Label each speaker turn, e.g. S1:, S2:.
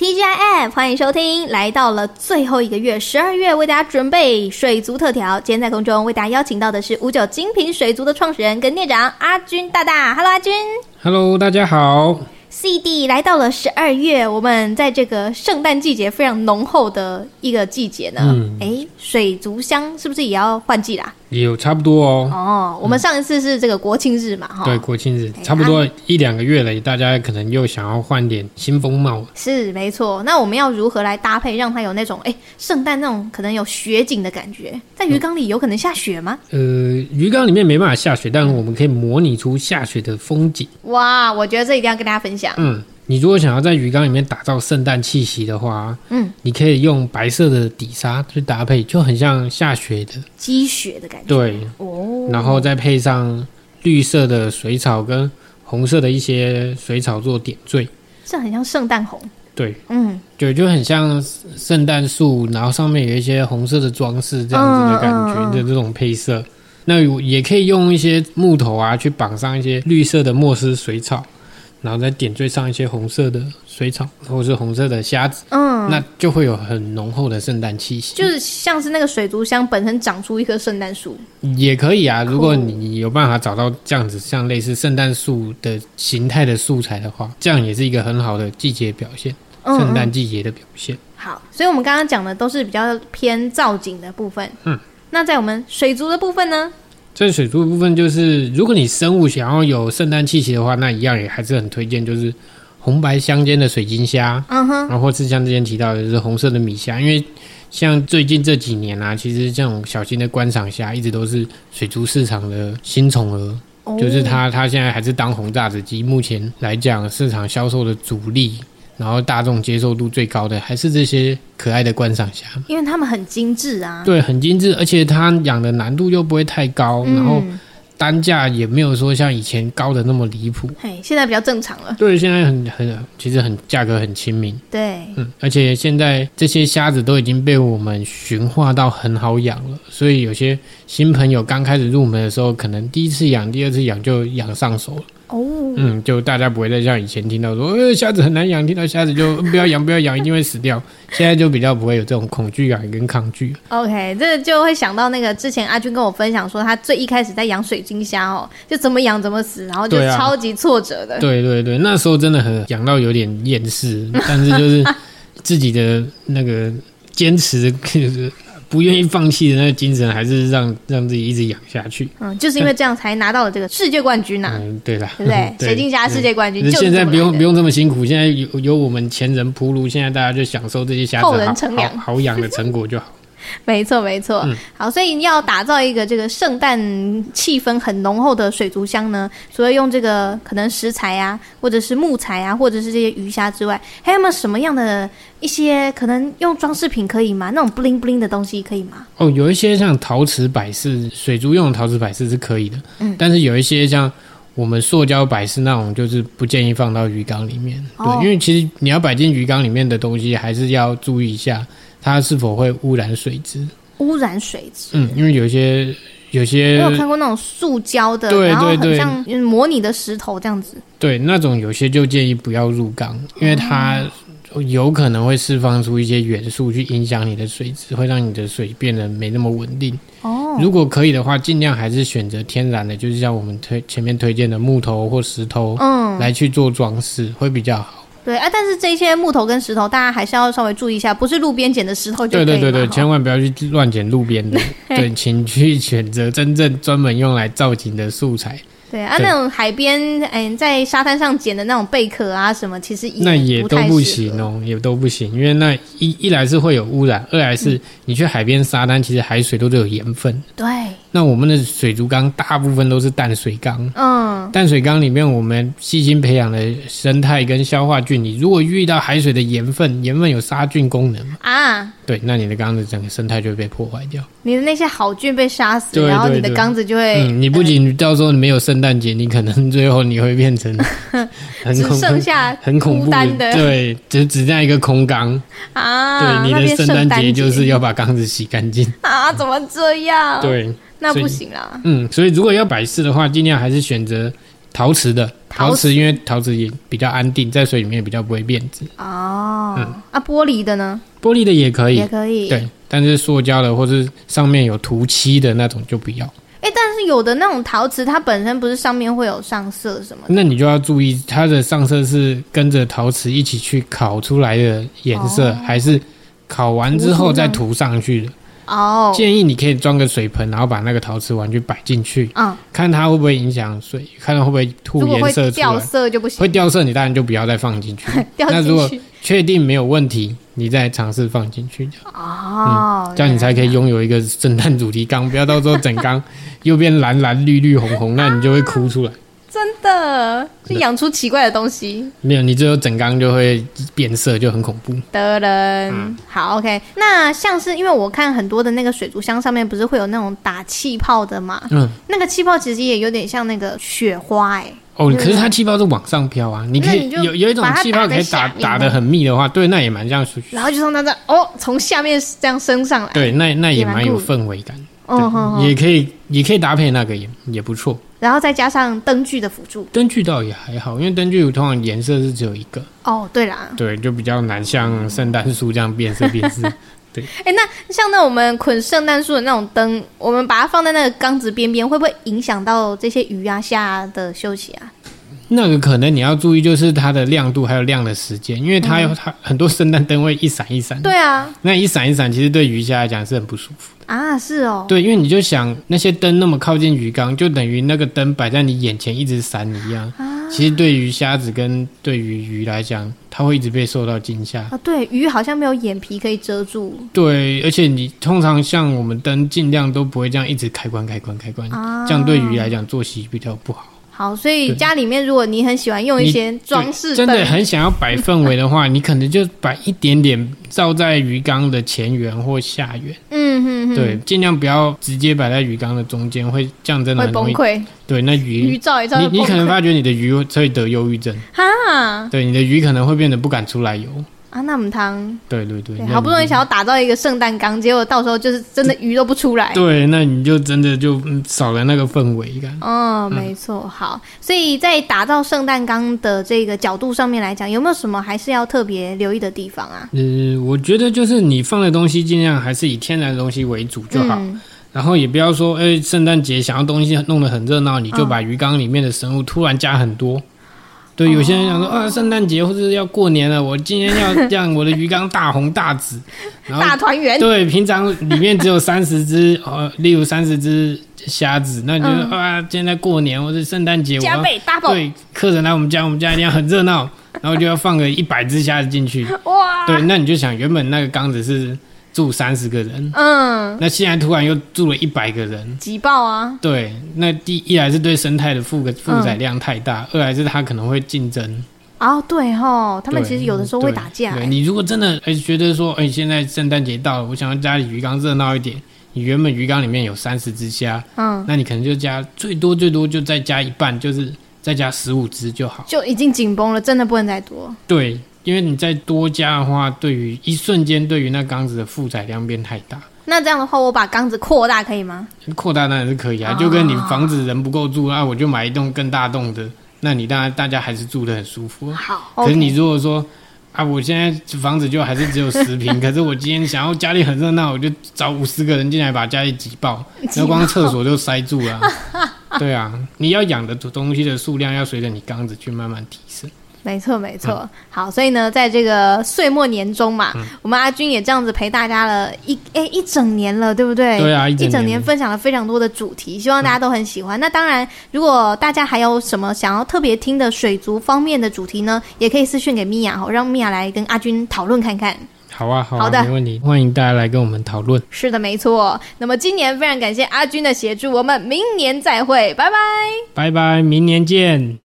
S1: TGIF，欢迎收听。来到了最后一个月，十二月为大家准备水族特调。今天在空中为大家邀请到的是五九精品水族的创始人跟店长阿军大大。Hello，阿军。
S2: Hello，大家好。
S1: CD 来到了十二月，我们在这个圣诞季节非常浓厚的一个季节呢。
S2: 嗯
S1: 哎、水族箱是不是也要换季啦？
S2: 有差不多哦，
S1: 哦，我们上一次是这个国庆日嘛，哈、
S2: 对，国庆日
S1: 哎
S2: 差不多一两个月了，大家可能又想要换点新风貌。
S1: 是没错。那我们要如何来搭配，让它有那种哎圣诞那种可能有雪景的感觉？在鱼缸里有可能下雪吗？
S2: 呃，鱼缸里面没办法下雪，但
S1: 嗯
S2: 我们可以模拟出下雪的风景。
S1: 哇，我觉得这一定要跟大家分享。
S2: 嗯，你如果想要在鱼缸里面打造圣诞气息的话，
S1: 嗯，
S2: 你可以用白色的底沙去搭配，就很像下雪的。
S1: 积雪的感觉。
S2: 对，
S1: 哦，
S2: 然后再配上绿色的水草跟红色的一些水草做点缀。
S1: 这很像圣诞红。
S2: 对，
S1: 嗯，
S2: 对，就很像圣诞树，然后上面有一些红色的装饰这样子的感
S1: 嗯嗯嗯
S2: 觉的这种配色。那也可以用一些木头啊，去绑上一些绿色的莫斯水草，然后再点缀上一些红色的水草或者是红色的虾子，
S1: 嗯，
S2: 那就会有很浓厚的圣诞气息。
S1: 就是像是那个水族箱本身长出一棵圣诞树。
S2: 也可以啊，如果你有办法找到这样子像类似圣诞树的形态的素材的话，这样也是一个很好的季节表现，
S1: 嗯
S2: 圣诞季节的表现。
S1: 好，所以我们刚刚讲的都是比较偏造景的部分。
S2: 嗯，
S1: 那在我们水族的部分呢？
S2: 这水族的部分就是，如果你生物想要有圣诞气息的话，那一样也还是很推荐，就是红白相间的水晶虾，
S1: 嗯哼，
S2: 然后或是像之前提到的，就是红色的米虾，因为像最近这几年啊，其实这种小型的观赏虾一直都是水族市场的新宠儿，
S1: 哦
S2: 就是它它现在还是当红炸子鸡，目前来讲市场销售的主力，然后大众接受度最高的还是这些可爱的观赏虾。
S1: 因为它们很精致啊。
S2: 对，很精致，而且它养的难度又不会太高，然后
S1: 嗯，
S2: 单价也没有说像以前高的那么离谱。
S1: 嘿，现在比较正常了。
S2: 对，现在很很其实很价格很亲民，
S1: 对，
S2: 嗯，而且现在这些虾子都已经被我们驯化到很好养了，所以有些新朋友刚开始入门的时候，可能第一次养、第二次养就养上手了，
S1: 哦，
S2: 嗯，就大家不会再像以前听到说，呃，虾子很难养，听到虾子就呃不要养、不要养，一定会死掉。现在就比较不会有这种恐惧感跟抗拒。
S1: OK，这就会想到那个之前阿军跟我分享说，他最一开始在养水晶虾哦，就怎么养怎么死，然后就
S2: 对啊
S1: 超级挫折的。
S2: 对对对，那时候真的很养到有点厌 世，但是就是自己的那个坚持，就是不愿意放弃的那个精神，还是让让自己一直养下去。
S1: 嗯，就是因为这样才拿到了这个世界冠军呐、
S2: 嗯， 对啦，
S1: 对不对？水晶虾世界冠军
S2: 可
S1: 就是是
S2: 现在
S1: 这么
S2: 不用
S1: 来的
S2: 不用这么辛苦，现在有有我们前人铺路，现在大家就享受这些虾子
S1: 后人
S2: 好
S1: 乘凉
S2: 好好养的成果就好。
S1: 没错，没错。
S2: 嗯
S1: 好，所以要打造一个这个圣诞气氛很浓厚的水族箱呢，除了用这个可能食材啊，或者是木材啊，或者是这些鱼虾之外，还有没有什么样的一些可能用装饰品可以吗？那种 bling bling 的东西可以吗？
S2: 哦，有一些像陶瓷摆饰，水族用的陶瓷摆饰是可以的，
S1: 嗯
S2: 但是有一些像我们塑胶摆饰那种，就是不建议放到鱼缸里面，
S1: 哦
S2: 对，因为其实你要摆进鱼缸里面的东西，还是要注意一下它是否会污染水质，
S1: 污染水质。
S2: 嗯，因为有一些有些
S1: 我有看过那种塑胶的，
S2: 呃对
S1: 然后
S2: 对
S1: 很
S2: 对
S1: 像嗯模拟的石头这样子。
S2: 对那种有些就建议不要入缸，因为它。有可能会释放出一些元素去影响你的水质，会让你的水变得没那么稳定。
S1: 哦，
S2: 如果可以的话，尽量还是选择天然的，就是像我们推前面推荐的木头或石头、
S1: 嗯，
S2: 来去做装饰，会比较好。
S1: 对啊，但是这些木头跟石头，大家还是要稍微注意一下，不是路边捡的石头就可
S2: 对
S1: 以
S2: 对对
S1: 嘛
S2: 对，
S1: 哈
S2: 千万不要去乱捡路 边的，对，请去选择真正专门用来造景的素材，
S1: 对啊，
S2: 对
S1: 那种海边，嗯、在沙滩上捡的那种贝壳啊什么，其实也
S2: 那也都
S1: 太
S2: 不
S1: 适合
S2: 行。哦，也都不行，因为那一一来是会有污染，二来
S1: 嗯
S2: 是你去海边沙滩，其实海水都是有盐分。
S1: 对，
S2: 那我们的水族缸大部分都是淡水缸，
S1: 嗯，
S2: 淡水缸里面我们细心培养的生态跟消化菌，你如果遇到海水的盐分，盐分有杀菌功能嘛？
S1: 啊，
S2: 对，那你的缸子整个生态就会被破坏掉。
S1: 你的那些好菌被杀死，
S2: 对
S1: 然后
S2: 对
S1: 你的
S2: 对
S1: 缸子就会、
S2: 嗯，你不仅到时候你没有圣诞节，你可能 最后你会 变成很
S1: 只
S2: 恐
S1: 剩
S2: 怖、
S1: 下
S2: 很恐
S1: 孤
S2: 怖
S1: 单的
S2: 对，就只剩下一个空缸。
S1: 啊，
S2: 对，你
S1: 那
S2: 的
S1: 边
S2: 圣
S1: 诞
S2: 诞节就是要把缸子洗干净。
S1: 啊，怎么这样？，
S2: 对，
S1: 那
S2: 所以
S1: 不行啦。
S2: 嗯，所以如果要摆饰的话，尽量还是选择陶瓷的。
S1: 陶瓷
S2: 陶瓷因为陶瓷也比较安定，在水里面也比较不会变质。
S1: 哦，哦，啊，玻璃的呢
S2: 玻璃的也嗯可以，
S1: 也可以，
S2: 对，但是塑胶的或是上面有涂漆的那种就不要。
S1: 哎，但是有的那种陶瓷，它本身不是上面会有上色什么的
S2: 那你就要注意它的上色是跟着陶瓷一起去烤出来的颜色，
S1: 哦
S2: 还是烤完之后再涂上去的？
S1: 哦，
S2: 建议你可以装个水盆，然后把那个陶瓷玩具摆进去，
S1: 嗯，
S2: 看它会不会影响水，看它会不会
S1: 如
S2: 吐
S1: 果
S2: 颜
S1: 会
S2: 色出
S1: 掉
S2: 来。
S1: 色就不行
S2: 会，掉色，你当然就不要再放进去。
S1: 掉
S2: 那如
S1: 进
S2: 果
S1: 去
S2: 确定没有问题，你再尝试放进去，
S1: 哦，
S2: 嗯这样你才可以拥有一个圣诞主题缸，不要到时候整缸又变蓝蓝绿绿红红，那你就会哭出来。
S1: 真的就养出奇怪的东西。
S2: 没有，你最后整缸就会变色，就很恐怖。
S1: 的人、
S2: 嗯
S1: 好，OK。那像是因为我看很多的那个水族箱上面不是会有那种打气泡的嘛？
S2: 嗯，
S1: 那个气泡其实也有点像那个雪花、欸，
S2: 哦，
S1: 对
S2: 可是它气泡是往上飘啊，你可
S1: 那
S2: 以
S1: 你就
S2: 有有一种
S1: 把它
S2: 气泡
S1: 打在
S2: 可以打
S1: 下面
S2: 打的很密的话，对，那也蛮像水。
S1: 然后就让它在哦从下面这样升上来，
S2: 对，那那也
S1: 也蛮
S2: 蛮有
S1: 酷
S2: 氛围感，
S1: 嗯哼哼，
S2: 也可以也可以搭配那个也也不错。
S1: 然后再加上灯具的辅助。
S2: 灯具倒也还好，因为灯具通常颜色是只有一个，
S1: 哦，对啦，
S2: 对，就比较难像圣诞树这样变色变色。
S1: 哎，那像那我们捆圣诞树的那种灯，我们把它放在那个缸子边边，会不会影响到这些鱼啊、虾啊的休息啊？
S2: 那个可能你要注意，就是它的亮度还有亮的时间，因为它有它很多圣诞灯会一闪一闪，
S1: 对啊，
S2: 那一闪一闪其实对鱼虾来讲是很不舒服。
S1: 啊是哦，
S2: 对，因为你就想那些灯那么靠近鱼缸，就等于那个灯摆在你眼前一直闪一样。其实对于虾子跟对于鱼来讲，它会一直被受到惊吓。
S1: 啊对，鱼好像没有眼皮可以遮住
S2: 对，而且你通常像我们灯尽量都不会这样一直开关开关开关，
S1: 啊，
S2: 这样对鱼来讲作息比较不好。
S1: 好，所以
S2: 对
S1: 家里面如果你很喜欢用一
S2: 你
S1: 些装饰
S2: 真的
S1: 灯
S2: 很想要摆氛围的话，你可能就摆一点点照在鱼缸的前缘或下缘，
S1: 嗯哼哼，
S2: 对，，尽量不要直接摆在鱼缸的中间，会这样真的
S1: 会
S2: 很容
S1: 崩
S2: 易。
S1: 溃，
S2: 对，那
S1: 鱼
S2: 鱼，
S1: 照一照
S2: 你
S1: 就崩
S2: 你可能
S1: 溃
S2: 发觉你的鱼会得忧郁症，
S1: 哈
S2: 对，你的鱼可能会变得不敢出来游。
S1: 啊，那母汤，
S2: 对对对，
S1: 对，
S2: 那
S1: 好不容易
S2: 你
S1: 想要打造一个圣诞缸，结果到时候就是真的鱼都不出来。
S2: 对，那你就真的就嗯少了那个氛围感。
S1: 嗯，没错，好，所以在打造圣诞缸的这个角度上面来讲，有没有什么还是要特别留意的地方啊？
S2: 嗯、我觉得就是你放的东西尽量还是以天然的东西为主就好。
S1: 嗯
S2: 然后也不要说，哎、圣诞节想要东西弄得很热闹，你
S1: 嗯
S2: 就把鱼缸里面的生物突然加很多。对，有些人想说，
S1: 哦
S2: 啊，圣诞节或者是要过年了，我今天要让我的鱼缸大红 大紫。然后
S1: 大团圆，
S2: 对，平常里面只有三十只，呃，例如三十只虾子，那你就说、
S1: 嗯
S2: 啊，现在过年或者圣诞节，我
S1: 加
S2: 要
S1: 倍 double，
S2: 对客人来我们家，我们家一定要很热闹，然后就要放个一百只虾子 进去。
S1: 哇，
S2: 对，那你就想，原本那个缸子是住三十个人，
S1: 嗯，
S2: 那现在突然又住了一百个人，
S1: 挤爆啊，
S2: 对，那第一来是对生态的负负载量太大，二来是它可能会竞争。
S1: 哦，对吼，嗯他们其实有的时候会
S2: 对
S1: 打架、
S2: 对
S1: 欸
S2: 你如果真的哎、觉得说哎、现在圣诞节到了，我想要家里鱼缸热闹一点，你原本鱼缸里面有三十只虾，
S1: 嗯，
S2: 那你可能就加最多最多就再加一半，就是再加十五只就好。
S1: 就已经紧绷了，真的不能再多。
S2: 对，因为你再多加的话，对于一瞬间对于那缸子的负载量变太大。
S1: 那这样的话，我把缸子扩大可以吗？
S2: 扩大当然是可
S1: 哦
S2: 以啊，就跟你房子人不够住，那、我就买一栋更大栋的，那你当然大家还是住得很舒服。啊
S1: 好
S2: 可是你
S1: OK
S2: 如果说啊，我现在房子就还是只有十 平，可是我今天想要家里很热闹，我就找五十个人进来把家里挤爆，那光厕所就塞住 了啊、对啊，你要养的东西的数量要随着你缸子去慢慢提升。
S1: 没错没错、
S2: 嗯
S1: 好，所以呢，在这个岁末年终嘛，我们阿军也这样子陪大家了一哎一整年了，对不对？
S2: 对啊一整
S1: 一整
S2: 年嗯
S1: 分享了非常多的主题，希望大家都很喜欢。那当然，如果大家还有什么想要特别听的水族方面的主题呢，也可以私讯给米娅哈，让米娅来跟阿军讨论看看。
S2: 好啊，好啊，
S1: 好的
S2: 没问题，欢迎大家来跟我们讨论。
S1: 是的，没错。那么今年非常感谢阿军的协助，我们明年再会，拜拜。
S2: 拜拜，明年见。